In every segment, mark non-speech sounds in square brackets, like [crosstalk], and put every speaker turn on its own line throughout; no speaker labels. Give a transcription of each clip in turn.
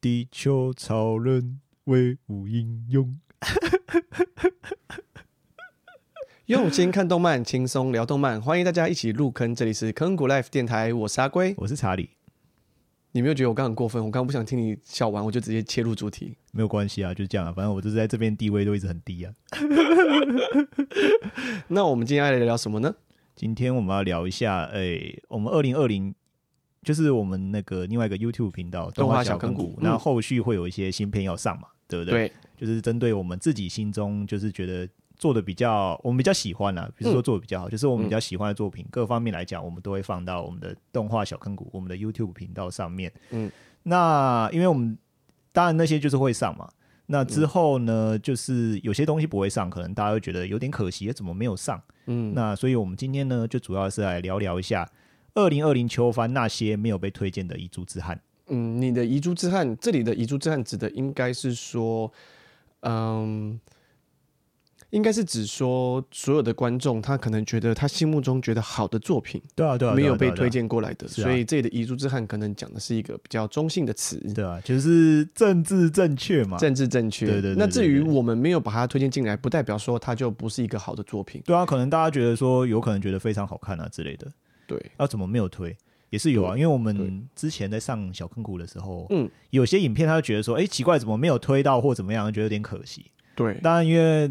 地球超人威武英勇。
又今看动漫，轻松聊动漫，欢迎大家一起入坑。这里是坑谷 Life 电台，我是阿龟。
我是查理，
你没有觉得我刚很过分？我刚不想听你笑完，我就直接切入主题。
没有关系啊，就是这样啊，反正我就是在这边地位都一直很低啊。
那我们今天要来聊什么呢？
今天我们要聊一下，诶、我们二零二零就是我们那个另外一个 YouTube 频道
动画
画
小
坑
坑
谷
谷，
那、
嗯
后续会有一些新片要上嘛，对不对？
对，
就是针对我们自己心中就是觉得做的比较，我们比较喜欢啦，比如说做的比较好，就是我们比较喜欢的作品，各方面来讲，我们都会放到我们的动画小坑谷、我们的 YouTube 频道上面。
嗯，
那因为我们当然那些就是会上嘛。那之后呢，就是有些东西不会上，可能大家会觉得有点可惜，怎么没有上？
嗯，
那所以我们今天呢，就主要是来聊聊一下二零二零秋番那些没有被推荐的遗珠之憾。
嗯，你的遗珠之憾，这里的遗珠之憾指的应该是说，嗯，应该是指说所有的观众他可能觉得他心目中觉得好的作品
对啊，对
没有被推。荐过来的，
是啊
所以这里的遗珠之憾可能讲的是一个比较中性的词，
对啊，就是政治正确嘛。
政治正确。
对对对对
那至于
对对
我们没有把它推荐进来，不代表说它就不是一个好的作品。
对啊，可能大家觉得说有可能觉得非常好看啊之类的，
对，
啊怎么没有推？也是有啊，因为我
嗯对
们之前在上小坑谷的时候，
嗯，
有些影片他就觉得说，哎、奇怪，怎么没有推到或怎么样，觉得有点可惜。
对，
当然，因为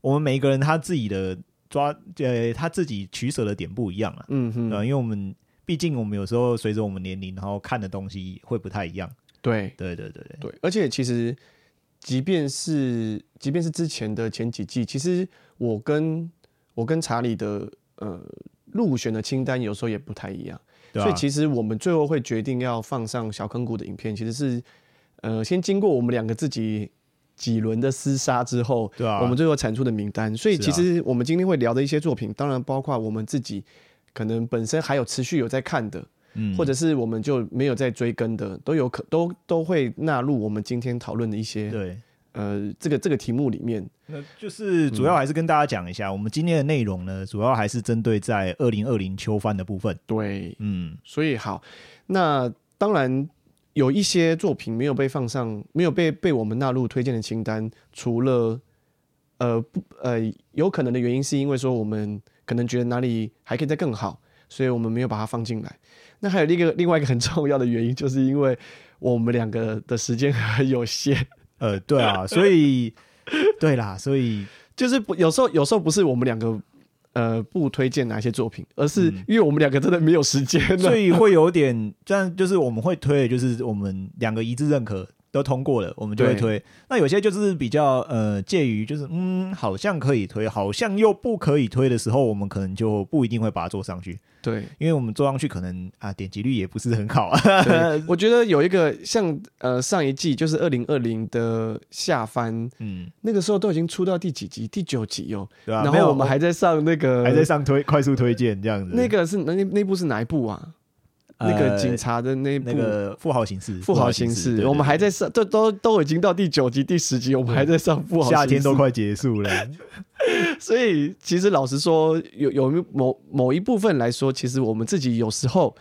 我们每一个人他自己的抓，呃，他自己取舍的点不一样啊，
嗯哼，
呃，因为我们毕竟我们有时候随着我们年龄，然后看的东西会不太一样。
对
对对对对，
对，而且其实，即便是即便是之前的前几季，其实我跟我跟查理的呃入选的清单有时候也不太一样，
对啊
所以其实我们最后会决定要放上小坑谷的影片，其实是呃先经过我们两个自己几轮的厮杀之后，
对啊，
我们最后产出的名单。所以
是啊
其实我们今天会聊的一些作品，当然包括我们自己可能本身还有持续有在看的，
嗯
或者是我们就没有在追更的，都有可都都会纳入我们今天讨论的一些
对。
呃这个这个题目里面。
那就是主要还是跟大家讲一下，我们今天的内容呢，主要还是针对在二零二零秋番的部分。
对，
嗯，
所以好，那当然有一些作品没有被放上，没有被被我们纳入推荐的清单，除了呃不呃有可能的原因是因为说我们可能觉得哪里还可以再更好，所以我们没有把它放进来。那还有另一个另外一个很重要的原因，就是因为我们两个的时间 [laughs] 很有限，
呃，对啊，所以对啦，所以
就是不有时候有时候不是我们两个。呃，不推荐哪些作品，而是
嗯
因为我们两 [laughs] 个真的没有时间啊了。
所以会有点，这样就是我们会推，的就是我们两个一致认可都通过了，我们就会
对
推。那有些就是比较呃介于就是嗯，好像可以推，好像又不可以推的时候，我们可能就不一定会把它做上去，
对，
因为我们做上去可能啊点击率也不是很好啊。 [laughs]
对，我觉得有一个像呃上一季就是二零二零的下番，
嗯，
那个时候都已经出到第几集？第九集哦。
对啊，
然
没有
后我们还在上那个，
还在上推快速推荐这样子。
那个是那那部是哪一部啊？那个
呃
警察的那部
那个富豪形式，
富豪
形
形
式，
式，
对
我们还。
对
在上，这都都已经到第九集、第十集，我们还在上富
对
豪
夏
形
天
式
都快结束了，
[laughs] 所以其实老实说，有有没有某某一部分来说，其实我们自己有时候，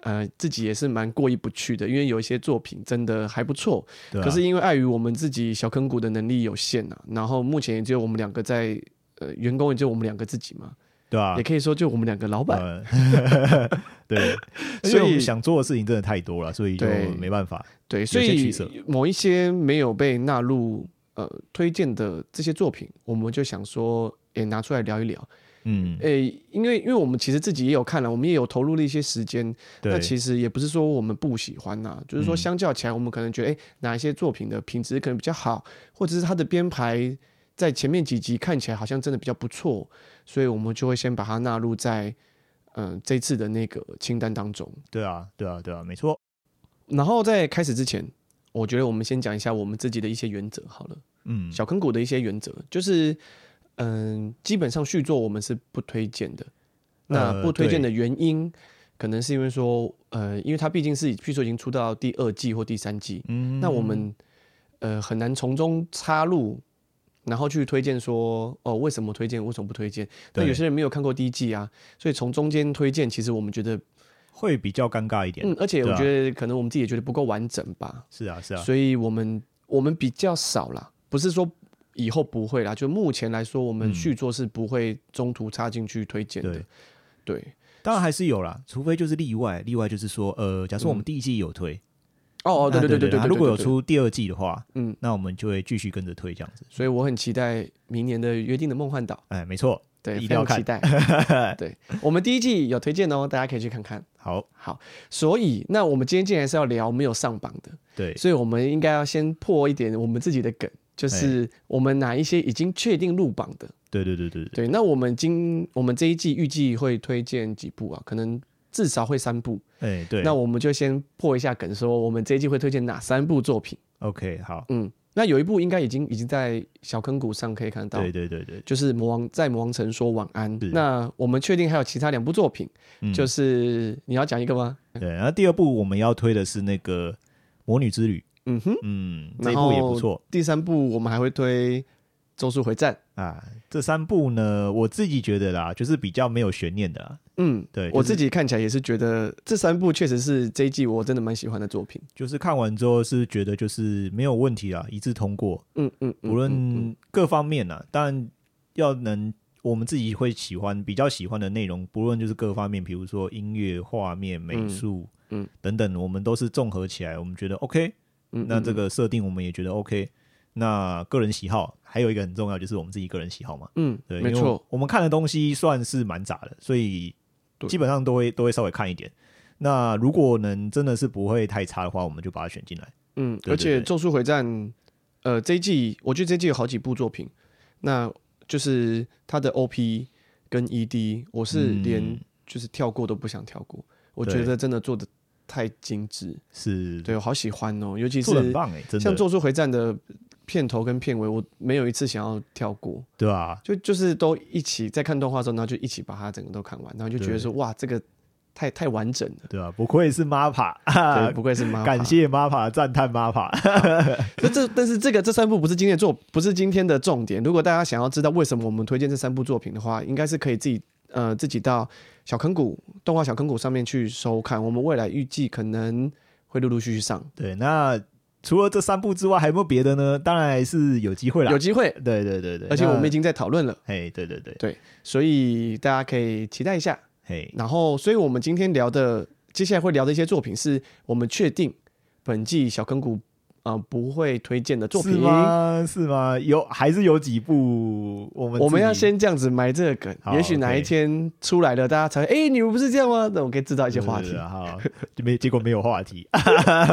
呃，自己也是蛮过意不去的，因为有一些作品真的还不错，
对啊
可是因为碍于我们自己小坑谷的能力有限啊，然后目前也只有我们两个在，呃，员工也就我们两个自己嘛，
对啊 [laughs]
也，可以说就我们两个老板。
呃
[laughs]
对，
所以
所以我们想做的事情真的太多了，所以就
对
没办法。
对，
些
所
取
以
舍
某一些没有被纳入呃推荐的这些作品，我们就想说，也拿出来聊一聊。
嗯，
诶、因为因为我们其实自己也有看了，我们也有投入了一些时间，那
对，
其实也不是说我们不喜欢呐、就是说
嗯
相较起来，我们可能觉得，哎、哪一些作品的品质可能比较好，或者是它的编排在前面几集看起来好像真的比较不错，所以我们就会先把它纳入在嗯、呃这次的那个清单当中。
对啊，对啊，对啊，没错。
然后在开始之前，我觉得我们先讲一下我们自己的一些原则好了，
嗯，
小坑谷的一些原则，就是嗯、基本上续作我们是不推荐的。那
呃
不推荐
对
的原因，可能是因为说，呃，因为它毕竟是据说已经出到第二季或第三季，
嗯
那我们呃很难从中插入，然后去推荐说，哦，为什么推荐，为什么不推荐？那
对
有些人没有看过第一季啊，所以从中间推荐，其实我们觉得
会比较尴尬一点。
嗯，而且
对
我
啊
觉得可能我们自己也觉得不够完整吧，
是啊，是啊，
所以我们我们比较少啦，不是说以后不会啦，就目前来说，我
嗯
们续作是不会中途插进去推荐的。
对
对，
当然还是有啦，除非就是例外，例外就是说，呃，假设我们第一季有推，
嗯哦哦，对
那
对对对对，
那
对
如果有，
对对
出第二季的话，
嗯，
那我们就会继续跟着推这样子。
所以我很期待明年的《约定的梦幻岛》，
哎，没错，
对，
一
非
定要
常
看
期待。
[laughs]
对我们第一季有推荐哦，大家可以去看看。
好，
好，所以那我们今天既然是要聊没有上榜的，
对，
所以我们应该要先破一点我们自己的梗，就是
哎
我们哪一些已经确定入榜的。
对对对对对，
对，那我们今我们这一季预计会推荐几部啊？可能至少会三部。
哎，对，
那我们就先破一下梗，说我们这一季会推荐哪三部作品？
OK，好，
嗯，那有一部应该已经已经在小坑谷上可以看到，
对对对对，
就是魔王在魔王城说晚安
是。
那我们确定还有其他两部作品，
嗯
就是你要讲一个吗？
对。然后第二部我们要推的是那个《魔女之旅》，
嗯哼。
嗯，这
然
一部也
后
不错
第三部我们还会推《咒术回战》。
啊。这三部呢，我自己觉得啦，就是比较没有悬念的啦，
嗯，
对，
我
就是
自己看起来也是觉得这三部确实是这一季我真的蛮喜欢的作品。
就是看完之后是觉得就是没有问题啦，一致通过，
嗯嗯，嗯
无
嗯嗯
论各方面啦，当然要能我们自己会喜欢比较喜欢的内容，不论就是各方面，比如说音乐、画面、美
嗯
术，
嗯
等等，我们都是综合起来，我们觉得 OK，
嗯
那
嗯
这个设定我们也觉得 OK。那个人喜好还有一个很重要，就是我们自己个人喜好嘛。
嗯，
对，
没
因为
错，
我们看的东西算是蛮杂的，所以
对
基本上都会都会稍微看一点。那如果能真的是不会太差的话，我们就把它选进来。
嗯，
对
而且
对
《咒术回战》呃这一季我觉得这一季有好几部作品，那就是它的 OP 跟 ED，我是连
嗯
就是跳过都不想跳过，我
对
觉得真的做的太精致，
是，
对我好喜欢哦，尤其是
做的很棒哎、真
像《
的，
咒术回战》的片头跟片尾，我没有一次想要跳过，
对啊，
就就是都一起在看动画的时候，然后就一起把它整个都看完，然后就觉得说哇，这个太太完整了。
对啊，不愧是 MAPA， [laughs]
对，不愧是妈妈。
感谢 MAPA，赞叹 MAPA。
那这但是这个这三部不是今天的作，不是今天的重点。如果大家想要知道为什么我们推荐这三部作品的话，应该是可以自己呃自己到小坑谷动画小坑谷上面去收看。我们未来预计可能会陆陆续续上，
对，那除了这三部之外，还有没有别的呢？当然还是有机会啦
有。机会，
对对对对，
而且我们已
经，
经在讨论了，
哎，对对对，
所以大家可以期待一下。
嘿，
然后，所以我们今天聊的，接下来会聊的一些作品，是我们确定本季小坑谷呃不会推荐的作
是
品。
吗？是吗？有还是有几部我们
我们
自己
要先这样子埋这个梗，
好
也许哪一
OK
天出来了，大家才会哎、你们不是这样吗？那我可以制造一些话题
对，啊好，就没结果没有话题，啊
[laughs]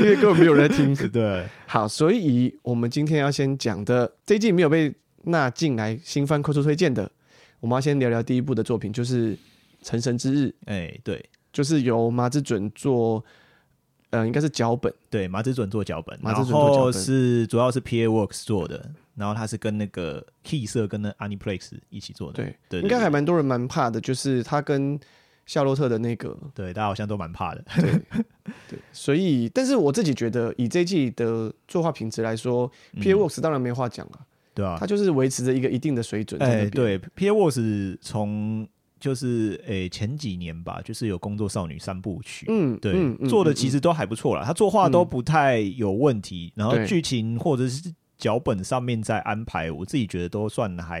因为根本没有人在听。
[laughs] 对，
好，所以我们今天要先讲的这一季没有被纳进来新番快速推荐的，我们要先聊聊第一部的作品，就是《成神之日》，
哎，对
就是由麻之准做，呃，应该是脚本。
对，麻子准做脚本，
麻子
然
准做脚本
后是主要是 PA Works 做的，然后他是跟那个 Key 社跟那 Aniplex 一起做的，
对，
对，
应该
对
还蛮多人蛮怕的，就是他跟夏洛特的那个
对，大家好像都蛮怕的， [laughs]
对对，所以但是我自己觉得，以这一季的作画品质来说、
嗯
p a Works 当然没话讲了、
对啊
它，就是维持着一个一定的水准在那
哎，
边。
对，P A Works 从就是哎前几年吧，就是有工作少女三部曲，
嗯，嗯，
对，
嗯嗯
做的其实都还不错啦，他作画都不太有问题，然后
对
剧情或者是脚本上面在安排，我自己觉得都算还，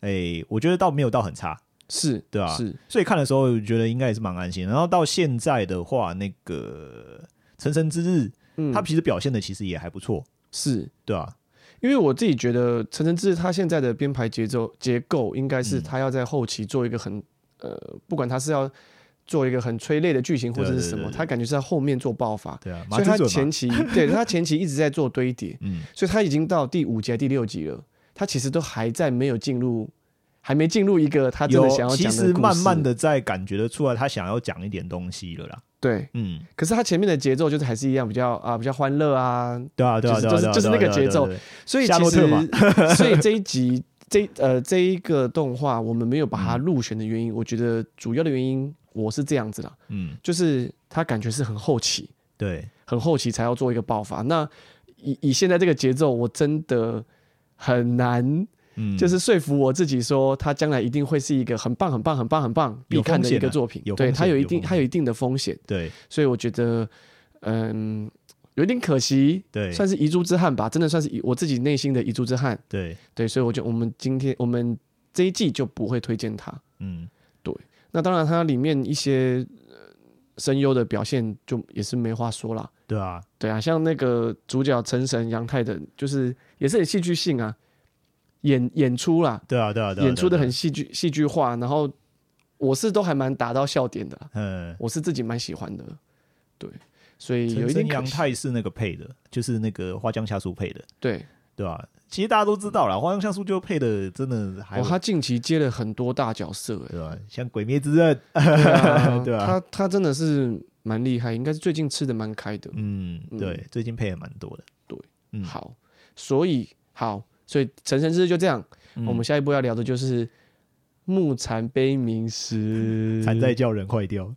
哎、我觉得倒没有到很差，
嗯是，
对啊
是，
所以看的时候觉得应该也是蛮安心的。然后到现在的话，那个《成神之日》，
嗯，
他其实表现的其实也还不错，
是
对啊，
因为我自己觉得陈晨志他现在的编排节奏结构，应该是
嗯
他要在后期做一个很、呃，不管他是要做一个很催泪的剧情或者是
对对
什么，
对对
他感觉是在后面做爆发。
对啊，马
所以
之
他
准
前
嘛，
期，对他前期一直在做堆叠，
[laughs] 嗯，
所以他已经到第五集、第六集了，他其实都还在没有进入，还没进入一个他真的想
有
要
其
讲的
实慢慢
的
的在感觉得出来，他想要讲一点东西了啦，
对。
嗯，
可是他前面的节奏就是还是一样比较啊、比较欢乐啊，
对啊，对啊，
就是
对啊，
就是
对啊
就是那个
对啊对啊
节奏
对啊对啊
所以
夏
其
洛
实
特嘛
[laughs] 所以这一集这呃这一个动画我们没有把它入选的原因，我觉得主要的原因我是这样子啦，
嗯，
就是他感觉是很后期，
对，啊
很后期才要做一个爆发。那以以现在这个节奏，我真的很难
嗯，
就是说服我自己说，它将来一定会是一个很棒、很棒、很棒、很棒必
有
看的
风
一
险
个
啊
作品。
有
对，
风
它
险
有一
有
定，
风
它有一定的风险，
对
所以我觉得，嗯，有一点可惜，
对
算是遗珠之憾吧，真的算是遗我自己内心的遗珠之憾。
对，
对，所以我觉得我们今天我们这一季就不会推荐它。
嗯，
那当然，它里面一些呃声优的表现就也是没话说啦。
对啊，
对啊，像那个主角成神杨太的，就是也是很戏剧性啊，演演出啦，
对啊，对啊，对啊
演出的，
对
很
啊
戏剧戏剧化，然后我是都还蛮打到笑点的啦，
嗯，
我是自己蛮喜欢的，对，所以有
陈
一点
真
可
阳
惜，
太是那个配的，就是那个花江夏树配的，
对，
对吧、其实大家都知道啦，花江夏树就配的真的还
哦，他近期接了很多大角色、
对吧、像《鬼灭之刃》，
哎，对啊，
[laughs] 对啊
他他真的是蛮厉害，应该是最近吃的蛮开的，
嗯，
嗯
对，最近配的蛮多的，嗯
好，所以好，所以成神之日就这样，
嗯
我们下一步要聊的就是木禅悲鸣时，
残在叫人坏掉，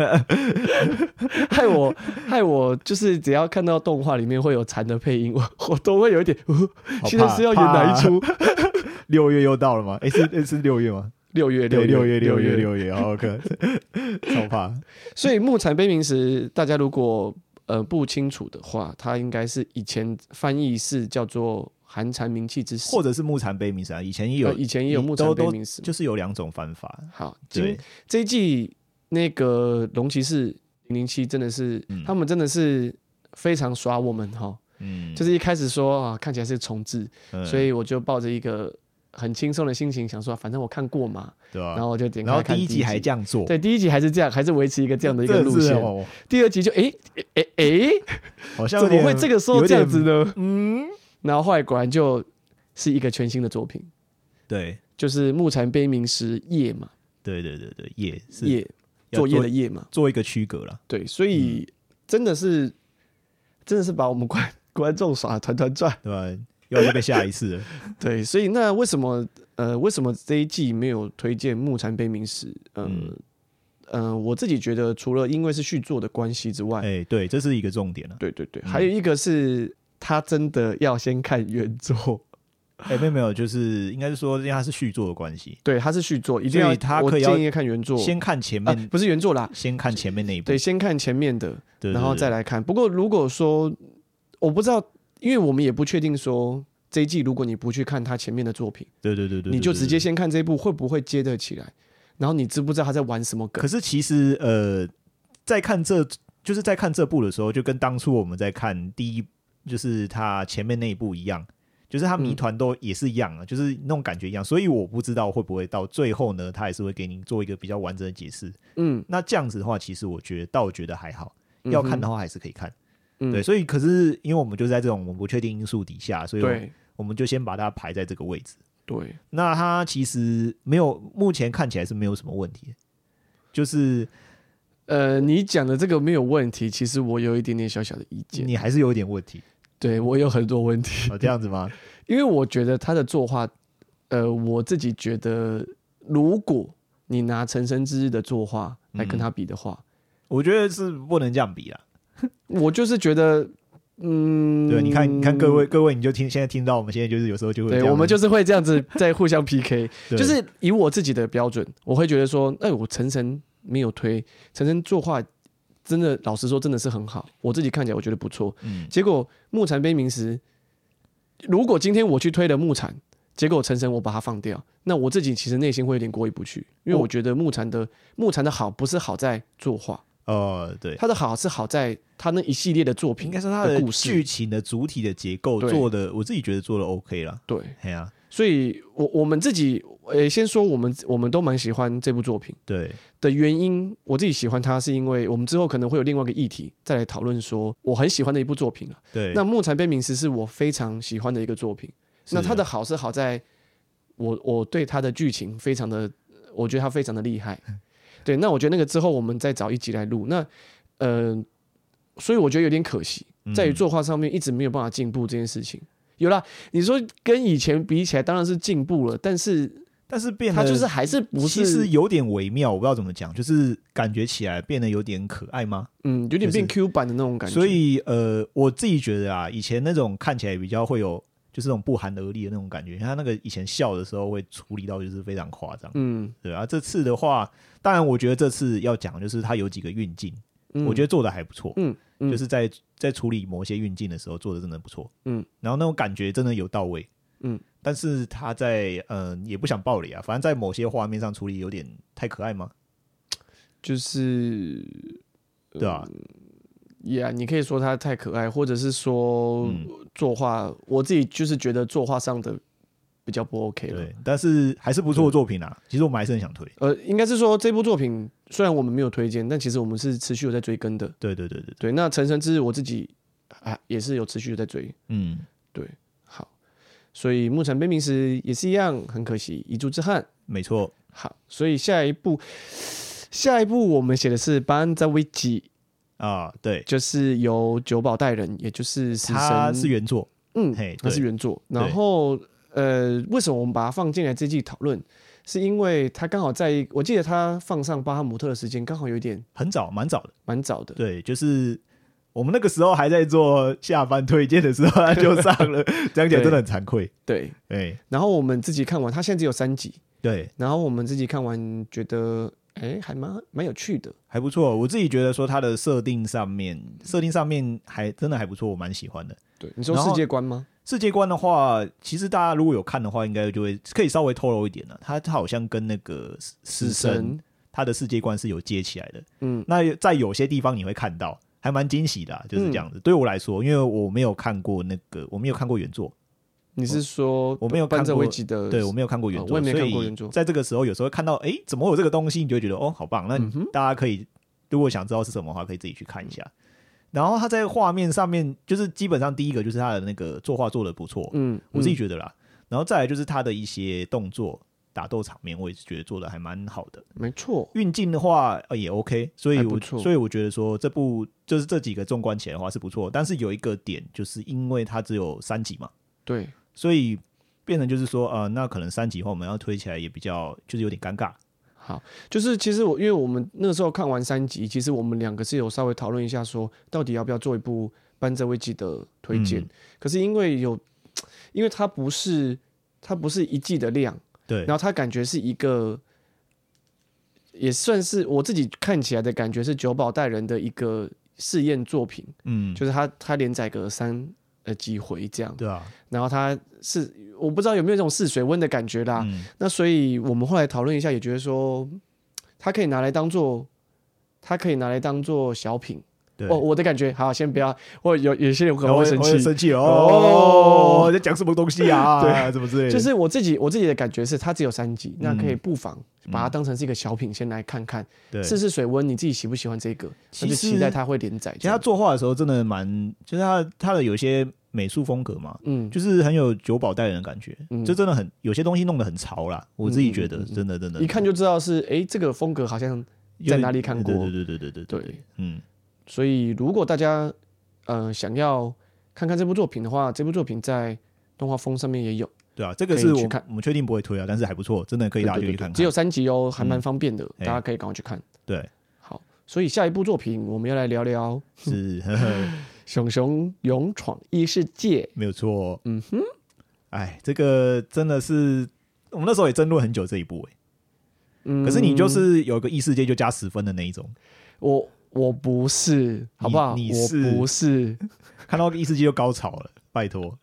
[laughs] 害我害我就是只要看到动画里面会有蝉的配音，我 [laughs] 我都会有一点，呃
好
现在
怕
是要演哪一？
怕
出？
六月又到了吗？哎、是诶是六月吗？
六月
对，
[laughs] 六
六月
六
六月。六月好，OK，超
[laughs]
怕，
所以木禅悲鸣时，大家如果呃不清楚的话，它应该是以前翻译是叫做寒蝉鸣泣之死，
或者是木残悲鸣啥，以前也
呃
有，
以前也有木禅
都
悲
都
鸣时。
就是有两种翻法，
好，今
对，
这一季那个龙骑士零零七真的是，
嗯
他们真的是非常耍我们哈，
嗯，
就是一开始说啊看起来是重置，
嗯
所以我就抱着一个很轻松的心情，想说反正我看过嘛，
对吧、
然后我就点开
啊然后
看
第
一
一集还这样做，
对，第一集还是这样，还是维持一个这样的一个
真
路
的是
线。
哦
第二集就诶诶诶，
[laughs]
诶
好像
怎么会这
个？
个时候
有
这
点
样子呢？嗯，然后后来果然就是一个全新的作品，
对
就是《木禅悲鸣时夜》嘛，
对对对对，夜是
夜
要
作业的
做
夜嘛，
做一个区隔了，
对，所
嗯
以真的是真的是把我们观 [laughs] 观众耍得团团转。
对吧？又要再被吓一次了，
对，所以那为什么呃，为什么这一季没有推荐《木禅悲鸣时》？呃、嗯
嗯、
呃，我自己觉得除了因为是续作的关系之外，
哎，对，这是一个重点了。
对对对，
嗯
还有一个是他真的要先看原作，
哎，没有没有，就是应该是说，因为它是续作的关系，
对，他是续作，一定要
所以他
我
可以要
建议看原作，
先看前
啊
面，
不是原作啦，
先看前面那一部
对，，先看前面的，
对，
然后
对
再来看。不过如果说我不知道，因为我们也不确定说这一季如果你不去看他前面的作品，
对对对对，
你就直接
先。对
先看这一部会不会接得起来，然后你知不知道他在玩什么梗
可？是其实呃，在看这就是在看这部的时候，就跟当初我们在看第一，就是他前面那一部一样，就是他
嗯
谜团都也是一样啊，就是那种感觉一样。所以我不知道会不会到最后呢，他也是会给你做一个比较完整的解释。
嗯，
那这样子的话，其实我觉得倒觉得还好，
嗯
要看
哼
的话还是可以看。
嗯
对，所以可是因为我们就是在这种我们不确定因素底下，所以
对
我们就先把它排在这个位置。
对，
那它其实没有，目前看起来是没有什么问题的，就是
呃，你讲的这个没有问题，其实我有一点点小小的意见，
你还是有一点问
[laughs]
题
对我有很多问题，
哦，这样子吗？
因为我觉得他的作画，呃，我自己觉得，如果你拿《陈生之日》的作画来
嗯
跟他比的话，
我觉得是不能这样比啦。
我就是觉得，嗯，
对，你看，你看各位，各位，你就听现在听到我们现在就是有时候就会这
对，
样，
我们就是会这样子在互相 PK，
[laughs] 对
就是以我自己的标准，我会觉得说，哎、我陈晨没有推，陈晨作画真的，老实说真的是很好，我自己看起来我觉得不错。
嗯
结果木蝉悲鸣时，如果今天我去推了木蝉，结果陈晨我把它放掉，那我自己其实内心会有点过意不去，因为
哦
我觉得木蝉的木蝉的好不是好在作画，
呃，对，
它的好是好在它那一系列的作
应
品
该，说它的
故事
剧情的主体的结构
对
做的，我自己觉得做的 OK 啦。
对。
哎呀，
所以我我们自己，呃，先说我们我们都蛮喜欢这部作品
对，
的原因。我自己喜欢它是因为我们之后可能会有另外一个议题再来讨论说我很喜欢的一部作品啊。
对，
那《木禅悲鸣时》是我非常喜欢的一个作品。
是啊
那它的好是好在我我对它的剧情非常的，我觉得它非常的厉害。对，那我觉得那个之后我们再找一集来录。那呃，所以我觉得有点可惜，在于
嗯
作画上面一直没有办法进步这件事情。有啦，你说跟以前比起来，当然是进步了，但是
但是变
它
得
就是还是不
其实
是，
有点微妙，我不知道怎么讲，就是感觉起来变得有点可爱吗？
嗯，有点变
就
Q 版的那种感觉。
所以呃，我自己觉得啊，以前那种看起来比较会有，就是那种不寒而栗的那种感觉。他那个以前笑的时候会处理到就是非常夸张，
嗯，
对啊。这次的话，当然我觉得这次要讲就是他有几个运镜，我觉
得
得做的还不错，
嗯嗯
就是在在处理某些运镜的时候做的真的不错，
嗯，
然后那种感觉真的有到位，
嗯，
但是他在嗯、呃也不想暴雷啊，反正在某些画面上处理有点太可爱吗？
就是嗯
对啊，
呀你可以说他太可爱，或者是说
嗯
作画，我自己就是觉得作画上的比较不 OK 了。
对，但是还是不错的作品啊，其实我们还是很想推，
呃，应该是说这部作品虽然我们没有推荐，但其实我们是持续有在追更的。
对对对对对，
对，那《陈神之日》我自己啊也是有持续有在追。
嗯，
好，所以《牧尘悲鸣时》也是一样，很可惜，遗珠之憾。
没错，
好，所以下一步，下一步我们写的是《班在危机》，
啊，对，
就是由久保带人，也就是死
他
神，
是原作，
嗯
嘿，
它是
对
原作。
对
然后呃，为什么我们把它放进来这季讨论？是因为它刚好在一，我记得它放上巴哈姆特的时间刚好有点
很早，蛮早的，
蛮早的，
对，就是。我们那个时候还在做下班推荐的时候，他就上 [laughs] 了，讲起来真的很惭愧。
对。
对
然后我们自己看完，它现在只有三集，
对，
然后我们自己看完觉得，哎，还蛮蛮有趣的。
还不错，我自己觉得说它的设定上面，设定上面还真的还不错，我蛮喜欢的。
对，你说
然后
世界观吗？
世界观的话，其实大家如果有看的话，应该就会可以稍微透露一点了。它它好像跟那个死死神，它的世界观是有接起来的。
嗯，
那在有些地方你会看到，还蛮惊喜的啊、就是这样子。对我来说，因为我没有看过那个，我没有看过原作，
你是说
我没有看
班泽
过
维。吉的？
对，我没有看过原
哦
作，
我也没看过
所以
原作
在这个时候，有时候看到哎、诶怎么有这个东西，你就会觉得哦，好棒。那你
嗯哼嗯
大家可以如果想知道是什么的话，可以自己去看一下。然后他在画面上面，就是基本上第一个就是他的那个作画做的不错，
嗯，
我自己
嗯
觉得啦。然后再来就是他的一些动作、打斗场面，我也是觉得做的还蛮好的。
没错。
运镜的话、呃、也 OK，所以
还
我
不错
所以我觉得说这部就是这几个纵观起来的话是不错，但是有一个点就是因为它只有三集嘛，
对，
所以变成就是说呃，那可能三集后我们要推起来也比较就是有点尴尬。
好，就是其实我因为我们那时候看完三集，其实我们两个是有稍微讨论一下说，到底要不要做一部班泽维基的推荐。
嗯
可是因为有，因为它不是它不是一季的量，
对
然，后它感觉是一个，也算是我自己看起来的感觉是久保带人的一个试验作品，
嗯，
就是它它连载个三呃几回这样，
对啊，
然后它是我不知道有没有这种试水温的感觉啦。
嗯
那所以我们后来讨论一下，也觉得说，它可以拿来当做，它可以拿来当做小品。
对，
我我的感觉，好，先不要，我有有些人可能
我
会生
我也
气。
生气了
哦
哦，在讲什么东西啊？
[laughs] 对，
怎么之类的，
就是我自己我自己的感觉是，它只有三集，那可以
嗯
不妨把它当成是一个小品，先来看看
对。
试试水温，你自己喜不喜欢这个？
其
那就期
实
待它会连载
其
这
实他
样。
作画的时候真的蛮，就是他他的有一些美术风格嘛，
嗯，
就是很有九保带人的感觉，
嗯
就真的很有些东西弄得很潮啦，我自己觉得、
嗯嗯嗯嗯
真的真的，
一看就知道是，哎，这个风格好像
有
在哪里看过。
对对对对对对，
对
嗯，
所以如果大家呃想要看看这部作品的话，这部作品在动画风上面也有，
对啊，这个
可以
是
去
我
看
我们确定不会推啊，但是还不错，真的可以
对
大家就
对
去
对
看看，
只有三集哦，还蛮方便的，
哎
大家可以赶快去看。
对
好，所以下一部作品我们要来聊聊《 [laughs]
是 [laughs] 呵呵
熊熊勇闯异世界
没有错，
嗯
哼，哎，这个真的是我们那时候也争论很久这一部哎、》。
嗯，
可是你就是有个异世界就加十分的那一种， [laughs]
我，我不是，好不好？
你是
我不是，
看到异世界就高潮了，拜托，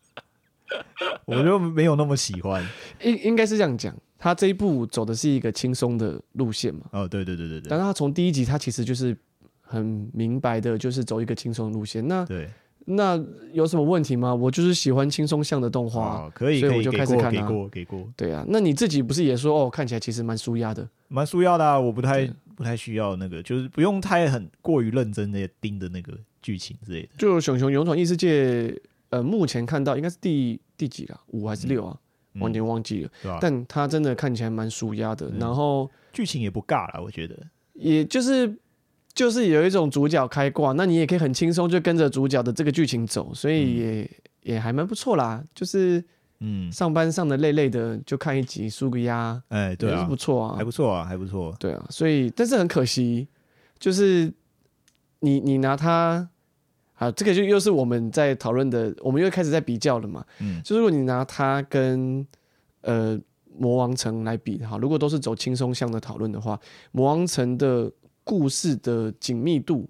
我就没有那么喜欢，
应应该是这样讲，他这一部走的是一个轻松的路线嘛，
哦，对对对对对
但是他从第一集他其实就是很明白的，就是走一个轻松的路线。那
对，
那有什么问题吗？我就是喜欢轻松向的动画。
哦，可以
所以
可
我
以
就
给
开始
过
看
给
啊
过给过。
对啊，那你自己不是也说哦，看起来其实蛮舒压的？
蛮舒压的、啊，我不太
对
不太需要那个，就是不用太很过于认真的盯着那个剧情之类的。
就《熊熊勇闯异世界》，呃，目前看到应该是第第几啦？五还是六啊？
嗯
完全忘记了。
对吧、
但它真的看起来蛮舒压的，
嗯
然后
剧情也不尬啦，我觉得。
也就是就是有一种主角开挂，那你也可以很轻松就跟着主角的这个剧情走，所以也、也还蛮不错啦。就是
嗯，
上班上的累累的，就看一集舒个压，
哎，对
也是
啊
不，错啊
还。不错啊，还不错。
对啊，所以但是很可惜，就是你你拿它，啊，这个就又是我们在讨论的，我们又开始在比较了嘛。
嗯
就是如果你拿它跟呃《魔王城》来比，哈，如果都是走轻松向的讨论的话，《魔王城》的故事的紧密度，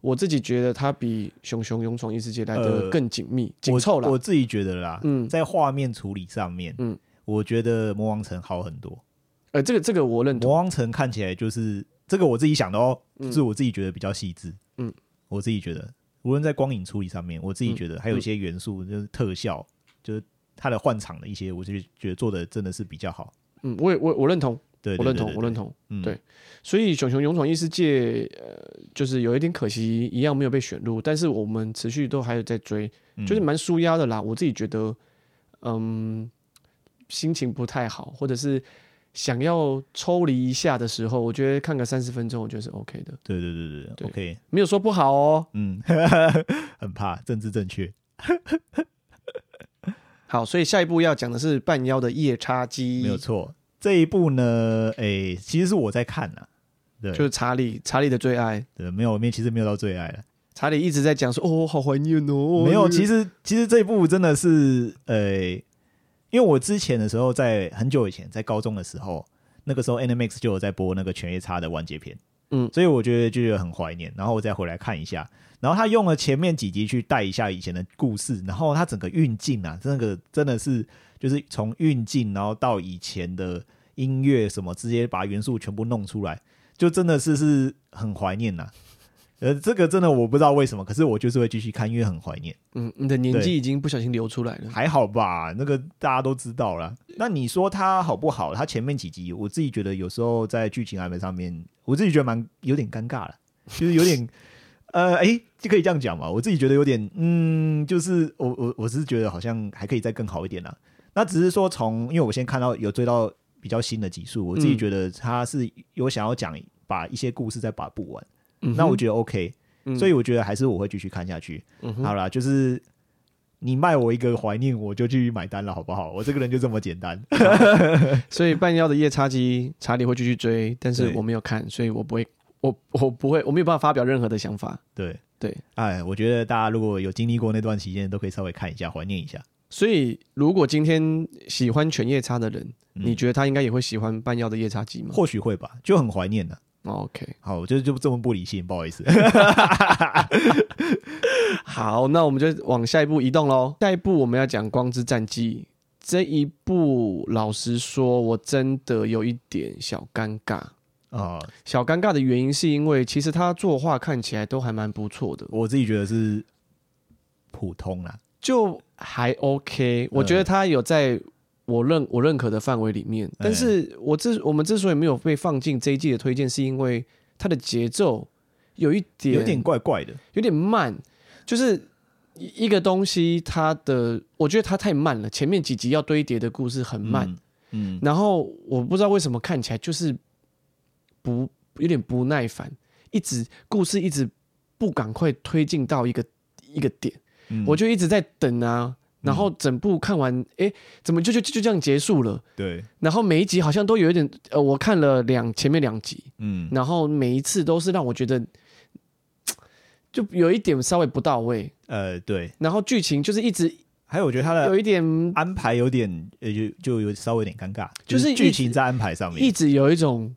我自己觉得它比《熊熊勇闯异世界》来的
呃
更紧密、紧
我
凑了
我。自己觉得啦，
嗯
在画面处理上面，
嗯
我觉得魔王城好很多。
呃，这个这个我认同。
魔王城看起来就是这个我自己想的哦，就是我自己觉得比较细致。
嗯，
我自己觉得，无论在光影处理上面，我自己觉得还
嗯
有一些元素，就是特效，就是它的换场的一些，我就觉得做的真的是比较好。
嗯，我也我我认同，
对，
我
对
认
对
同，
对
我认同。
嗯
对所以《熊熊勇闯异世界》呃，就是有一点可惜，一样没有被选入，但是我们持续都还有在追，
嗯
就是蛮舒压的啦。我自己觉得，嗯，心情不太好，或者是想要抽离一下的时候，我觉得看个三十分钟，我觉得是 OK 的，
对对对对
对
对，OK，
没有说不好哦。
嗯， [laughs] 很怕政治正确。
好，所以下一步要讲的是半妖的夜叉姬，
没有错。这一部呢，诶、其实是我在看啊，对，
就是查理，查理的最爱。
对，没有，没有其实没有到最爱了，
查理一直在讲说，哦，好怀念哦。
没有。
实。
其实其实这一部真的是，诶、因为我之前的时候在，很久以前，在高中的时候，那个时候 Animax 就有在播那个《犬夜叉》的完结篇，
嗯
所以我觉得就觉得很怀念，然后我再回来看一下，然后他用了前面几集去带一下以前的故事，然后他整个运镜啊，这个真的是就是从运镜，然后到以前的音乐什么，直接把元素全部弄出来，就真的是是很怀念呐、呃，这个真的我不知道为什么，可是我就是会继续看，因为很怀念。
嗯，你的年
对
纪已经不小心流出来了。
还好吧，那个大家都知道啦。那你说它好不好？它前面几集，我自己觉得有时候在剧情安排上面，我自己觉得蛮有点尴尬了，就是有点 [laughs] 呃，哎、就可以这样讲嘛。我自己觉得有点，嗯，就是我我我是觉得好像还可以再更好一点啦。那只是说从，因为我先看到有追到比较新的集数，我自己
嗯
觉得它是有想要讲把一些故事再把补完，
嗯哼
那我觉得 OK，、
嗯
所以我觉得还是我会继续看下去。
嗯
好啦，就是你卖我一个怀念，我就去买单了，好不好？我这个人就这么简
[laughs]
单。
所以半妖的夜叉姬，查理会继续追，但是
对
我没有看，所以我不会，我我不会，我没有办法发表任何的想法。
对
对，
哎，我觉得大家如果有经历过那段期间，都可以稍微看一下，怀念一下。
所以，如果今天喜欢犬夜叉的人，
嗯
你觉得他应该也会喜欢半妖的夜叉
[laughs]
姬吗
或许会吧，就很怀念呢、
哦？OK，
好，我就就这么不理性，不好意思。 [laughs]
好，那我们就往下一步移动喽。下一步我们要讲《光之战记》这一部，老实说，我真的有一点小尴尬。
啊、
小尴尬的原因是因为，其实他作画看起来都还蛮不错的，
我自己觉得是普通啊啦。
就还 OK，我觉得他有在我认我认可的范围里面。
哎
但是我之我们之所以没有被放进这一季的推荐，是因为它的节奏有一点
有点怪怪的，
有点慢，就是一一个东西它的我觉得它太慢了，前面几集要堆叠的故事很慢，
嗯，嗯，
然后我不知道为什么看起来就是不有点不耐烦，一直故事一直不赶快推进到一个一个点。
嗯
我就一直在等啊，然后整部看完，诶，怎么就就就就这样结束了？
对，
然后每一集好像都有一点，呃，我看了两前面两集，
嗯，
然后每一次都是让我觉得，嘖就有一点稍微不到位，
呃，对，
然后剧情就是一直
还有我觉得他
有
的
一点，
安排有点，呃，就就有稍微有点尴尬，
就是一直
剧情在安排上
一
面，
直有一种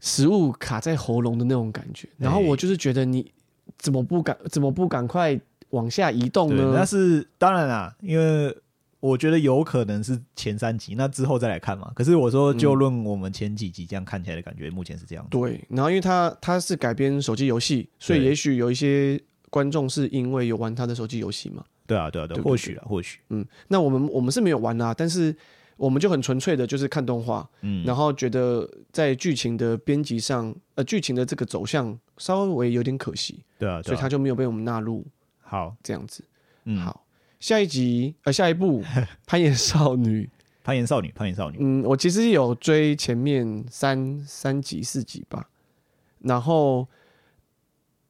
食物卡在喉咙的那种感觉。然后我就是觉得你怎么不赶，怎么不赶快往下移动
对，那
呢？
是当然啦，因为我觉得有可能是前三集，那之后再来看嘛。可是我说，就论我们前几集这样看起来的感觉，目前是这样。
对，然后因为它它是改编手机游戏，所以
对
也许有一些观众是因为有玩他的手机游戏嘛。
对啊，对啊，对
对
啊，
对
或许啊，或许，
嗯，那我们我们是没有玩啦、但是我们就很纯粹的就是看动画，
嗯，
然后觉得在剧情的编辑上，呃，剧情的这个走向稍微有点可惜，
对啊，
所
对
以
啊
它。就没有被我们纳入
好，
这样子。
嗯，
好，下一集呃下一
[laughs]
部《攀岩少女》，
攀岩少女，攀岩少女，
嗯，我其实有追前面三三集四集吧，然后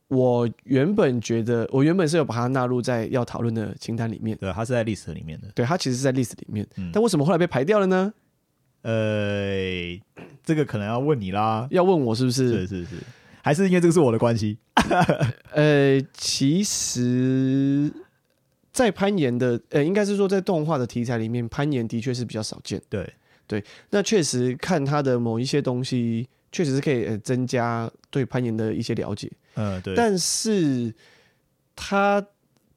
我原本觉得我原本是有把它纳入在要讨论的清单里面，
对啊，它是在历史里面的。
对，它其实是在 list 里面，
嗯
但为什么后来被排掉了呢？
呃，这个可能要问你啦。
要问我是不是？
是是是，还是因为这个是我的关系？
呃，其实，在攀岩的，呃，应该是说在动画的题材里面，攀岩的确是比较少见。
对
那确实看它的某一些东西，确实是可以呃增加对攀岩的一些了解。
嗯，对，
但是它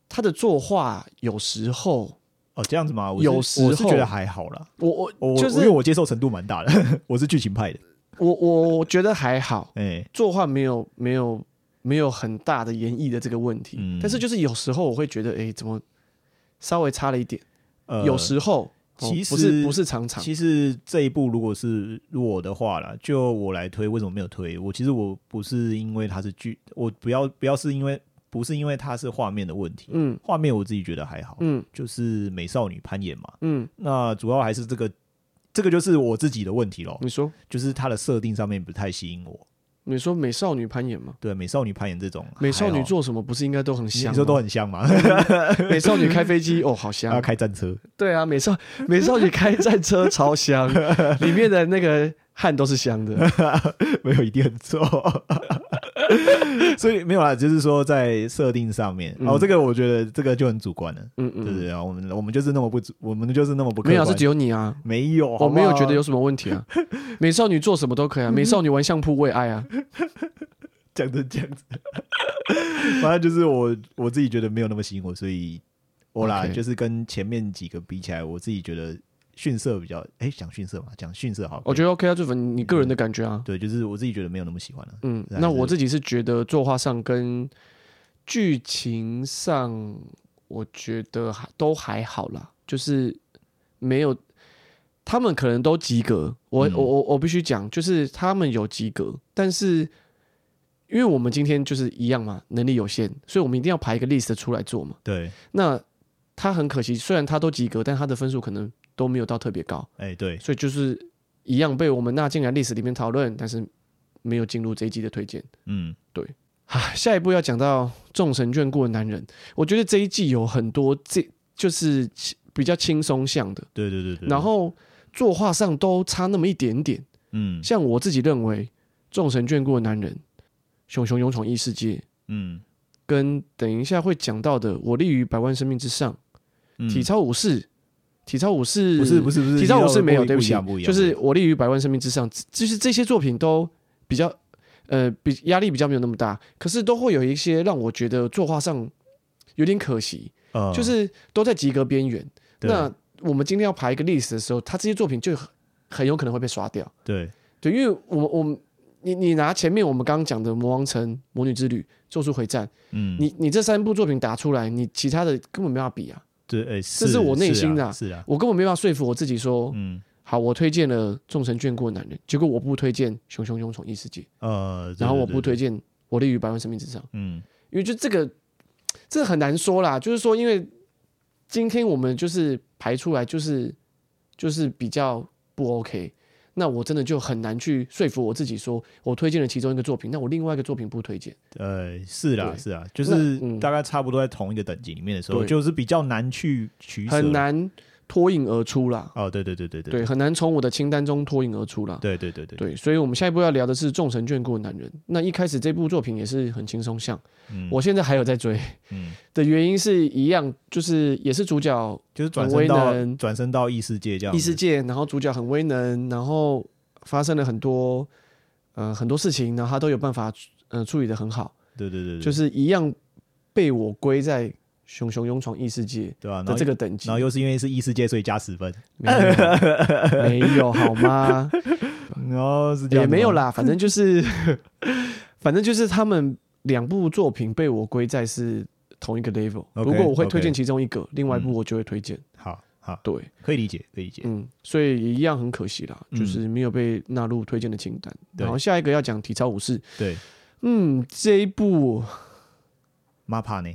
它的作画有时候，
哦，这样子吗？我是
有时候
我是觉得还好啦，
我我
我
就
因
是
为我接受程度蛮大的， [laughs] 我是剧情派的，
我我我觉得还好，
哎、
作画没有没有没有很大的演绎的这个问题。
嗯
但是就是有时候我会觉得，哎、怎么稍微差了一点？
呃，
有时候。哦
其
不是
实
不是常常，
其实这一部如果是我的话啦，就我来推，为什么没有推？我其实我不是因为它是剧，我不要不要是因为不是因为它是画面的问题，
嗯
画面我自己觉得还好，
嗯
就是美少女攀岩嘛，
嗯，
那主要还是这个。这个就是我自己的问题咯，
你说
就是它的设定上面不太吸引我。
你说美少女攀岩吗？
对美少女攀岩这种，
美少
还
女
好
做什么不是应该都很
你
香吗？
说都很香嘛，
美少女开飞机哦，
[laughs]
好
要
香！
开战车，
对啊，美 [laughs] 少美少女开战车
[laughs]
超香，里面的那个汗都是香的。
没有一定很错， [laughs] 所以没有啦，就是说在设定上面，
嗯
哦，这个我觉得这个就很主观了，
嗯
对不
嗯，
对啊？我们我们就是那么不主，我们就是那么不客
没有啊
观，哦
是只有你啊，
没有，
我
好不
没有
好
觉得有什么问题啊。
[laughs]
美少女做什么都可以啊，美少女玩相扑为爱啊。
讲成这样子，反正就是我我自己觉得没有那么吸引我，所以我啦
OK
就是跟前面几个比起来，我自己觉得逊色比较，哎，讲逊色嘛，讲逊色好，
我觉得 OK 啊，就反你个人的感觉啊。
对，就是我自己觉得没有那么喜欢了、
嗯，
啊还是
那我自己是觉得作画上跟剧情上，我觉得还都还好啦，就是没有他们可能都及格。我、
嗯
我我我必须讲，就是他们有及格，但是因为我们今天就是一样嘛，能力有限，所以我们一定要排一个 list 出来做嘛。
对，
那他很可惜，虽然他都及格，但他的分数可能都没有到特别高，
哎，对，
所以就是一样被我们纳进来 list 里面讨论，但是没有进入这一季的推荐。
嗯，
啊，下一步要讲到众神眷顾的男人，我觉得这一季有很多这就是轻比较轻松向的，
对对对对，
然后作画上都差那么一点点。
嗯
像我自己认为，众神眷顾的男人、熊熊勇闯异世界，
嗯
跟等一下会讲到的我立于百万生命之上、
嗯，
体操武士、体操武士
不是不是不是，
体操武士没有，
不
对
一
不
不
起啊
一样不一，样，
就是我立于百万生命之上，就是这些作品都比较，呃，比压力比较没有那么大，可是都会有一些让我觉得作画上有点可惜，
呃
就是都在及格边缘。
对
那我们今天要排一个 list 的时候，他这些作品就很很有可能会被刷掉，
对
对，因为我们我们你你拿前面我们刚刚讲的《魔王城》《魔女之旅》《咒术回战》，
嗯，
你你这三部作品打出来，你其他的根本没办法比啊，
对，哎，
这是我内
啊
心的啊
是啊，
我根本没办法说服我自己说，
嗯
好，我推荐了《众神眷顾的男人》，结果我不推荐《熊熊勇闯异世界》，
呃，对
然后我
对
不
对
推荐《我立于百万生命之上》，
嗯
因为就这个，这很难说啦。就是说，因为今天我们就是排出来，就是就是比较不 OK，那我真的就很难去说服我自己说，我推荐了其中一个作品，那我另外一个作品不推荐。
呃是啦
对
是啊，就
那
是
嗯
大概差不多在同一个等级里面的时候，
对
就是比较难去取舍，
很难脱颖而出啦。
哦，对对对对
对，很难从我的清单中脱颖而出啦。
对对对对对，
对，所以我们下一步要聊的是《众神眷顾的男人》。那一开始这部作品也是很轻松向，
嗯
我现在还有在追
嗯，
的原因是一样，就是也是主角
就是转
很威
身到
能
转身到异世界这样
异
子，
世界，然后主角很威能，然后发生了很多呃很多事情，然后他都有办法呃处理的很好，
对对对对，
就是一样被我归在熊熊勇闯异世界
对吧？啊然
的
后
这个等级
然后，又是因为是异世界，所以加十分，
没有没
[laughs]
有好吗？
然后是这样子
也没有
吗，
啦，反正就是，反正就是他们两部作品被我归在是同一个 level。
OK，
如果我会推荐
OK
其中一个，另外一部
嗯
我就会推荐。
好好
对，
可以理解可以理解，
嗯，所以一样很可惜啦，
嗯
就是没有被纳入推荐的清单。
对
然后下一个要讲体操武士，
对
嗯，这一部
，MAPA 呢？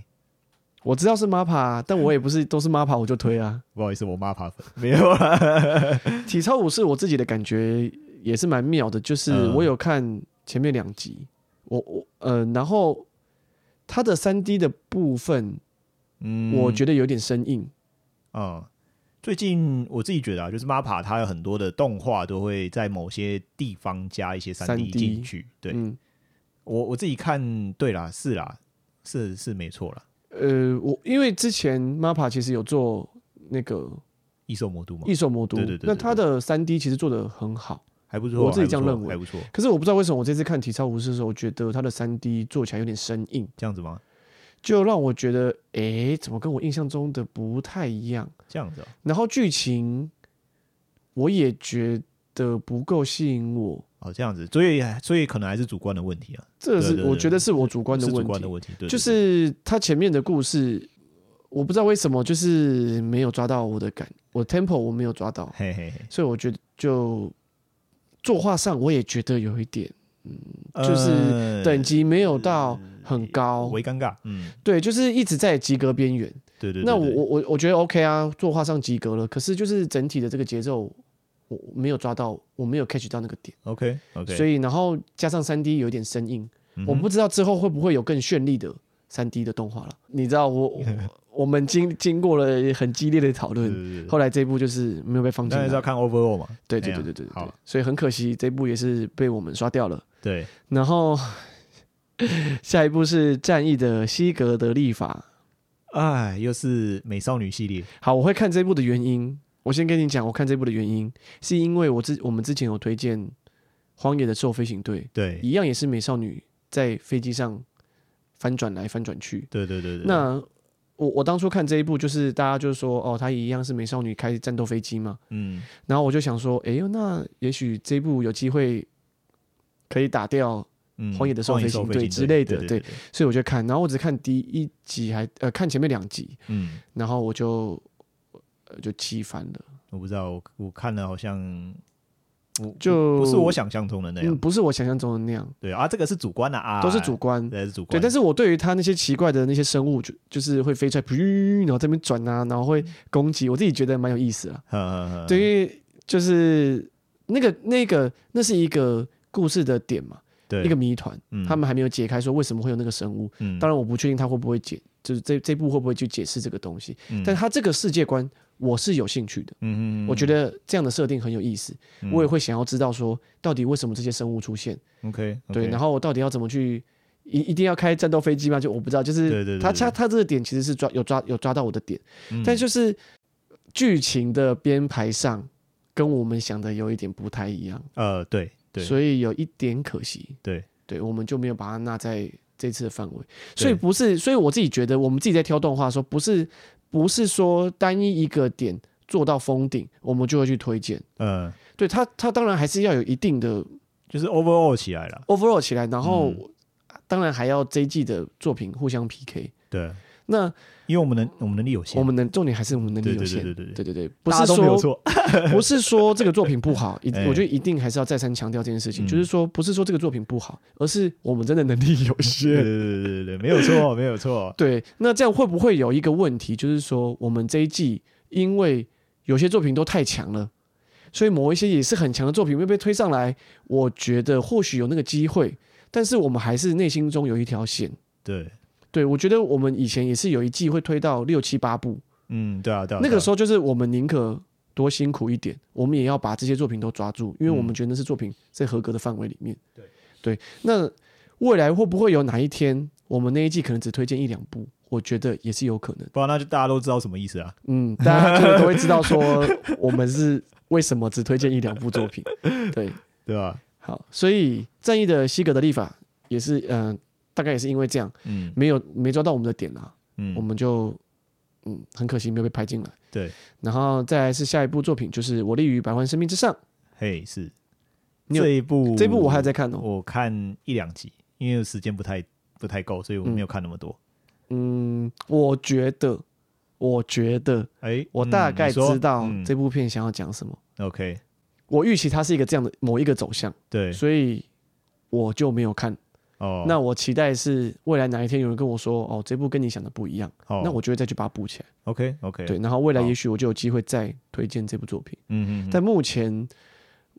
我知道是 MAPA，但我也不是都是 MAPA 我就推啊。
[laughs] 不好意思，我 MAPA 粉没有啦，
体操武士我自己的感觉也是蛮妙的，就是
嗯
我有看前面两集，我我呃，然后它的三 D 的部分。
嗯，
我觉得有点生硬。
嗯，最近我自己觉得啊，就是 MAPA 它有很多的动画都会在某些地方加一些三 D
3D
进去，对，
嗯，
我我自己看，对啦，是啦，是是没错啦，
呃，我因为之前 MAPA 其实有做那个
异兽魔都嘛
异，兽魔都，
对对对
那
对
它的三 D 其实做的很好，
还不错，
我自己
还不错
这样认为
还不错，
可是我不知道为什么我这次看体操武士的时候，我觉得它的三 D 做起来有点生硬，
这样子吗？
就让我觉得，诶，怎么跟我印象中的不太一样？
这样子、啊、
然后剧情我也觉得不够吸引我，
哦，这样子，所以所以可能还是主观的问题啊，
这
对
是
对
我
对
觉得是我主观的
是主
问
观的
题。
问题，对，对
就是他前面的故事，我不知道为什么就是没有抓到我的感，我 tempo 我没有抓到
对，嘿嘿嘿，
所以我觉得就作画上我也觉得有一点 [laughs] 就是
呃
等级哦没有到很高，
微尴尬，嗯，
对，就是一直在及格边缘。
对对对
那我
对
我我我觉得 OK 啊，作画上及格了，可是就是整体的这个节奏，我我没有抓到，我没有 catch 到那个点，
OK OK，
所以然后加上三 D 有一点生硬，
嗯哼
我不知道之后会不会有更绚丽的三 D 的动画了。你知道我
[laughs]
我我们经经过了很激烈的讨
对
论，
对对
后来这一部就是没有被放进
当然是要
来，
看 overall 嘛，
对对
哎呀
对对对对
好，
所以很可惜这一部也是被我们刷掉了。
对，
然后 [laughs] 下一部是《战役的西格德利法》。
哎，又是美少女系列，
好，我会看这部的原因，我先跟你讲，我看这部的原因是因为我之我们之前有推荐《荒野的兽飞行队》，
对
一样也是美少女在飞机上翻转来翻转去。
对对对对，
那我我当初看这一部，就是大家就是说，哦，她一样是美少女开战斗飞机嘛，
嗯，
然后我就想说，哎呦，那也许这一部有机会可以打掉，
嗯，
荒野的兽飞行队
队
之类的
对
对
对，
所以我就看，然后我只看第一集还呃看前面两集，
嗯，
然后我就呃就气翻了。
我不知道，我我看了好像我
就
不是我想象中的那
嗯，
样，
不是我想象中的那样，
对啊，这个是主观的啊，
都是主观。
对，还是主
对，
观，
但
是
是我对于他那些奇怪的那些生物，就就是会飞出来，噗，然后这边转啊，然后会
嗯
攻击，我自己觉得蛮有意思啦。对，因为就是那个那个那是一个故事的点嘛，
对
一个谜团，
嗯
他们还没有解开说为什么会有那个生物。
嗯，
当然，我不确定他会不会解，就是这这部会不会去解释这个东西。
嗯
但他这个世界观我是有兴趣的，
嗯嗯嗯，
我觉得这样的设定很有意思，
嗯
我也会想要知道说到底为什么这些生物出现。
OK，
对，然
后
后我到底要怎么去？一一定要开战斗飞机吗？就我不知道，就是
对对对
他
对
他他这个点其实是抓有抓有抓到我的点，
嗯
但就是剧情的编排上跟我们想的有一点不太一样，
呃，对对
所以有一点可惜。
对
对，我们就没有把它纳在这次的范围，所以不是，所以我自己觉得我们自己在挑动画的时候，不是不是说单一一个点做到封顶，我们就会去推荐。
呃，
对他，他当然还是要有一定的
就是 overall 起来了，
overall 起来，然后、
嗯
当然还要这一季的作品互相 PK。
对，
那
因为我们能我们能力有限，
我们能重点还是我们能力
对
有
对
限，
对对对
对对不
大家
是
都没有
说 [laughs]
错，
不是说这个作品
[laughs]
不好，一
哎
我觉得一定还是要再三强调这件事情，
嗯
就是说不是说这个作品不好，而是我们真的能力有
对
限。
对对对对，没有错，没有错，
[laughs] 对，那这样会不会有一个问题，就是说我们这一季因为有些作品都太强了，所以某一些也是很强的作品会被推上来，我觉得或许有那个机会，但是我们还是内心中有一条线。
对，
对，我觉得我们以前也是有一季会推到六七八部，
嗯，对啊对啊，
那个时
候
候就是我们宁可多辛苦一点，我们也要把这些作品都抓住，因为我
嗯
们觉得那是作品在合格的范围里面。对对，那未来会不会有哪一天，我们那一季可能只推荐一两部？我觉得也是有可能。
不然那就大家都知道什么意思啊，
嗯，
[laughs]
大家就都会知道说我们是为什么只推荐一两部作品。对，
对吧？
好，所以《战役的西格的立法》也是，嗯、大概也是因为这样，
嗯
没有没抓到我们的点啊啦、我
嗯，
们就嗯很可惜没有被拍进来。
对，
然后再来是下一部作品，就是《我立于百万生命之上》
哦嘿是。
你有
这一部，
这一部我还有在看哦。
我看一两集，因为时间不太不太够，所以我没有看那么多。
嗯，我觉得，我觉得
哎、
我
嗯
大概
你说
知道
嗯
这部片想要讲什么。
OK，
我预期它是一个这样的某一个走向，
对，
所以我就没有看。
哦，
那我期待是未来哪一天有人跟我说，哦，这部跟你想的不一样，
哦
那我就会再去把它补起来。
OK OK，
对，然后未来
好
也许我就有机会再推荐这部作品。
嗯嗯
但目前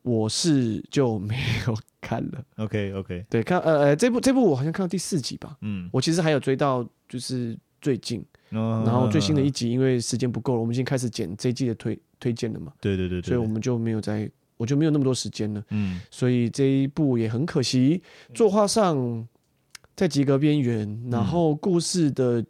我是就没有看了。
，OK OK，
对，看呃呃，这部这部我好像看到第四集吧，
嗯，哦
我其实还有追到就是最近，
然
然后最新
嗯
的一，集因为时间不够了，我们已经开始剪这一季的推推荐了嘛，
对对对对，
所以我们就没有在，我就没有那么多时间了，
嗯
所以这一部也很可惜，作画上在及格边缘，
嗯
然后故事的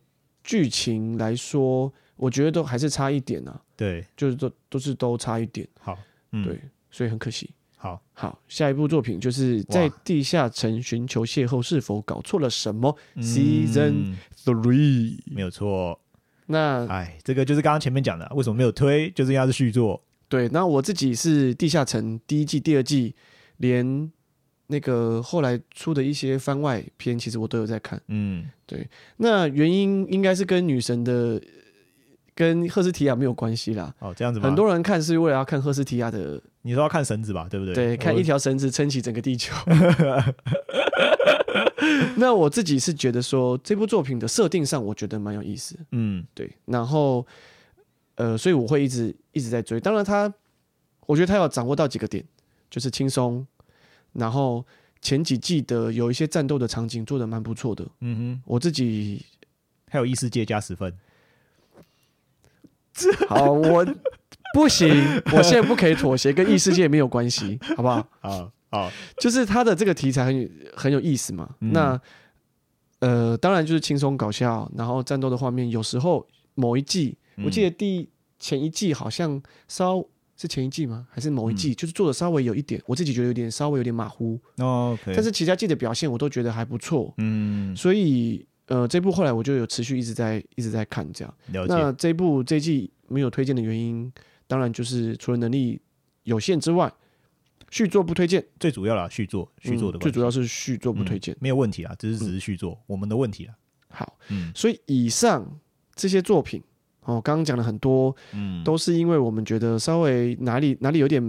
剧情来说，我觉得都还是差一点啊，
对，
就是都都是都差一点，
好，嗯，
对，所以很可惜。
好，
好，下一部作品就是在
哇
地下城寻求邂逅，是否搞错了什么
嗯
？Season Three，
没有错，
那
哎，这个就是刚刚前面讲的，为什么没有推，就是因为它是续作，
对，那我自己是地下城第一季、第二季，连那个后来出的一些番外篇，其实我都有在看。
嗯，
那原因应该是跟女神的跟赫斯提亚没有关系啦。
哦，这样子吗？
很多人看是为了要看赫斯提亚的，
你说要看绳子吧，对不对？
对，看一条绳子撑起整个地球。 [laughs] 那我自己是觉得说，这部作品的设定上，我觉得蛮有意思。
嗯，
对，然后呃，所以我会一直一直在追。当然他，我觉得他要掌握到几个点，就是轻松，然后前几季的有一些战斗的场景做的蛮不错的。
嗯
我自己
哼，还有异世界加十分，
好，我 [laughs] 不行，我现在不可以妥协，跟异世界没有关系，好不好？
好，好，
就是他的这个题材很有很有意思嘛。
嗯
那呃，当然就是轻松搞笑，然后战斗的画面有时候某一季我记得
得
第前一季好像稍是前一季吗？还是某一
嗯
季？就是做的稍微有一点，我自己觉得有点稍微有点马虎，
哦，
但是其他季的表现我都觉得还不错，
嗯，
所以呃，这部后来我就有持续一直在一直在看这样。
了解，
那这部这一季没有推荐的原因，当然就是除了能力有限之外，续作不推荐，
最主要啦，续作，续作的嗯
嗯最主
要
要是续作不推荐。
没有问题啦，只是只是续作，我们的问题啦，
好，
嗯
所以以上这些作品。哦，刚刚讲了很多，
嗯，
都是因为我们觉得稍微哪里哪里有点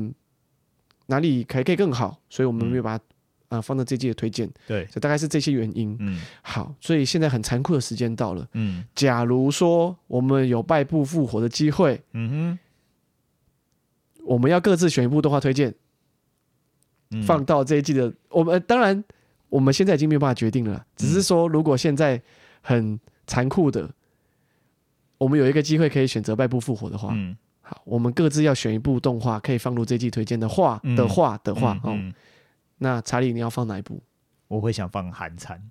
哪里还可以更好，所以我们
嗯
没有把它、呃放到这季的推荐，
对，
这大概是这些原因。
嗯
好，所以现在很残酷的时间到了。
嗯
假如说我们有败部复活的机会，
嗯
我们要各自选一部动画推荐，
哼，
放到这一季的。我们、呃当然我们现在已经没有办法决定了啦，
嗯
只是说如果现在很残酷的，我们有一个机会可以选择败部复活的话，
嗯
好，我们各自要选一部动画可以放入这季推荐的话、
嗯
的话的话、哦。
嗯，
那查理你要放哪一部？
我会想放寒蝉，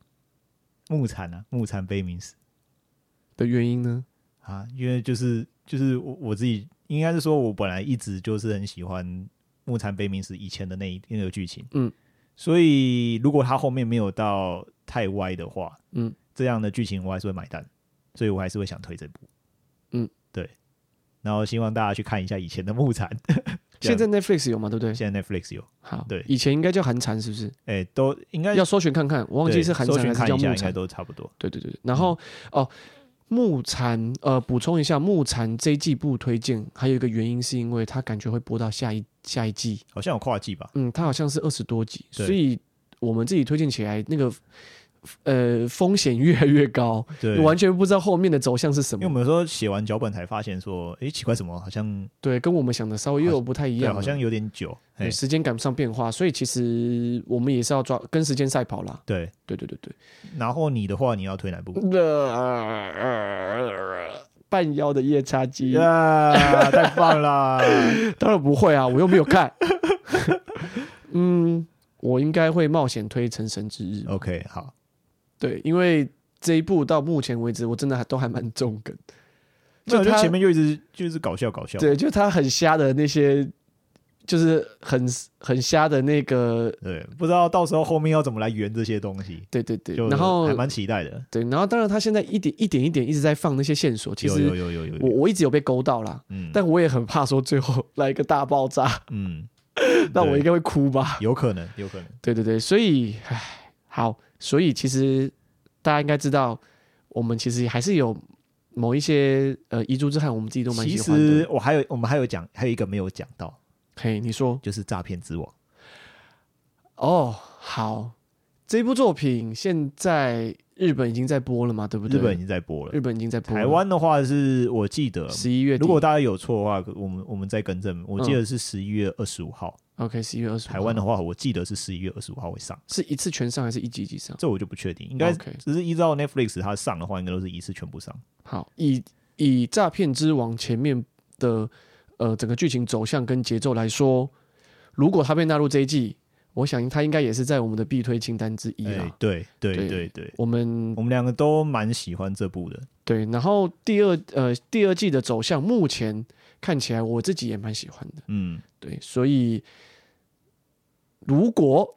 木蝉啊，木蝉悲鸣死
的原因呢？
啊，因为就是就是我我自己应该是说，我本来一直就是很喜欢木蝉悲鸣死以前的那一那个剧情，
嗯，
所以如果它后面没有到太歪的话，
嗯，
这样的剧情我还是会买单，所以我还是会想推这部，
嗯，
对，然后希望大家去看一下以前的木蝉，这样
现在 Netflix 有嘛？对不
[laughs]
对？
现在 Netflix 有，
好，
对
以前应该叫寒蝉，是不是？
哎、都应该
要搜寻看看，我忘记
对
是寒
搜
蝉
寻
还
看
是叫
一下，
木
应该
蝉。
都差不多，
对对对对。然后、
嗯
哦，木蝉，呃，补充一下，木蝉这一季不推荐，还有一个原因是因为它感觉会播到下一下一季，
好像有跨季吧，
嗯，它好像是二十多集，
对
所以我们自己推荐起来那个呃风险越来越高，
对，
完全不知道后面的走向是什
因为我
么。
们说写完脚本才发现说，诶，奇怪，什么好像
对，跟我们想的稍微又有不太一
对，
样
好
了，
像有点久，哎
对，时间赶不上变化，所以其实我们也是要抓跟时间赛跑啦。
对。
对对对对，
然后你的话，你要推哪部？
那、
呃
呃半腰的夜叉姬，
呀，太棒啦！
当然不会啊，我又没有看。 [laughs] 嗯，我应该会冒险推《成神之日》
[laughs] OK，好，
对，因为这一部到目前为止，我真的还都还蛮中梗。
那我就
他
前面就一直就是搞笑搞笑，
对，就他很瞎的那些，就是很很瞎的那个，
对，不知道到时候后面要怎么来圆这些东西，
对对对
就。
然后
还蛮期待的。
对，然后当然他现在一点一点一点一直在放那些线索，其
有有
实
有有有
我
有，
我一直有被勾到啦，
嗯
但我也很怕说最后来一个大爆炸，
嗯，
那我
对
应该会哭吧？
有可能，有可能，
对对对，所以唉，好，所以其实大家应该知道，我们其实还是有某一些呃遗珠之憾，我们自己都蛮
其
喜欢的。
实我还有我们还有讲，还有一个没有讲到，
嘿，你说
就是诈骗之王。
哦，好，这部作品现在日本已经在播了嘛？对不对？
日本已经在播了，
日本已经在播了，
台湾的话是我记得
十一月底，
如果大家有错的话，我们我们再更正。我记
嗯
得是十一月二十五号，
OK 十一月二十，
台湾的话，我记得是十一月二十五号会上，
是一次全上还是一集一集上？
这我就不确定，应该
OK
只是依照 Netflix 它上的话，应该都是一次全部上。
好，以以诈骗之王前面的呃整个剧情走向跟节奏来说，如果它被纳入这一季，我想它应该也是在我们的必推清单之一啦。
哎，对对
对
对对，
我们
我们两个都蛮喜欢这部的。
对，然后第二呃第二季的走向，目前看起来我自己也蛮喜欢的。
嗯，
对，所以如果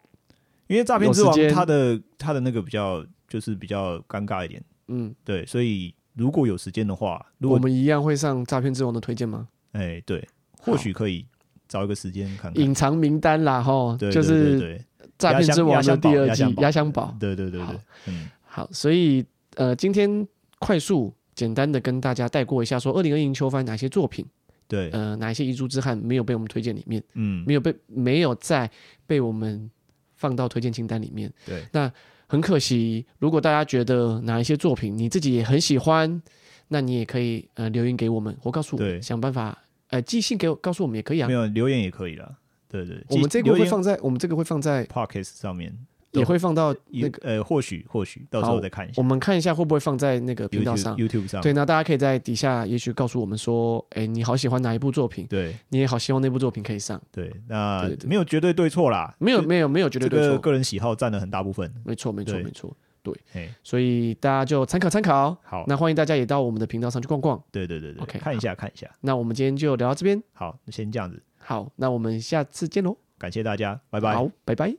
因为《诈骗之
有
王
时》间
它的它的那个比较就是比较尴尬一点，
嗯，
对，所以如果有时间的话，如
我
果
们一样会上诈骗之王的推荐吗？
哎对，或许可以找一个时间看看。
隐藏名单啦，哈，
对，
就
对对
是
对
诈骗之王的第二季
压箱宝
压箱宝。
对对对对
好，
嗯，
好，所以呃，今天快速简单的跟大家带过一下，说二零二零秋番哪些作品，
对，
呃，哪一些遗珠之憾没有被我们推荐里面，
嗯，
没有被没有在被我们放到推荐清单里面。
对，
很可惜，如果大家觉得哪一些作品你自己也很喜欢，那你也可以呃留言给我们，或告诉我
对
们，想办法呃寄信给我，告诉我们也可以啊
没。有留言也可以啦。对对，
我们这个
留
会
言
放在我们这个会放在
podcast 上面，
也会放到
也
那个，
呃，或许或许到时候再看一下
我们看一下会不会放在那个频道
YouTube
上。
YouTube 上，
对，那大家可以在底下也许告诉我们说，哎，你好喜欢哪一部作品，
对
你也好希望那部作品可以上。
对，那
对对
没有绝对对错啦，
没有
就
没有没有绝对
这
对
个
错，
个人喜好占了很大部分。
没错没错
对
没错。
哎，
所以大家就参考参考。
好，
那欢迎大家也到我们的频道上去逛逛。
对对对对
OK，
看一下看一下。
那我们今天就聊到这边，
好，那先这样子，
好，那我们下次见喽。
感谢大家，拜拜。
好，拜拜。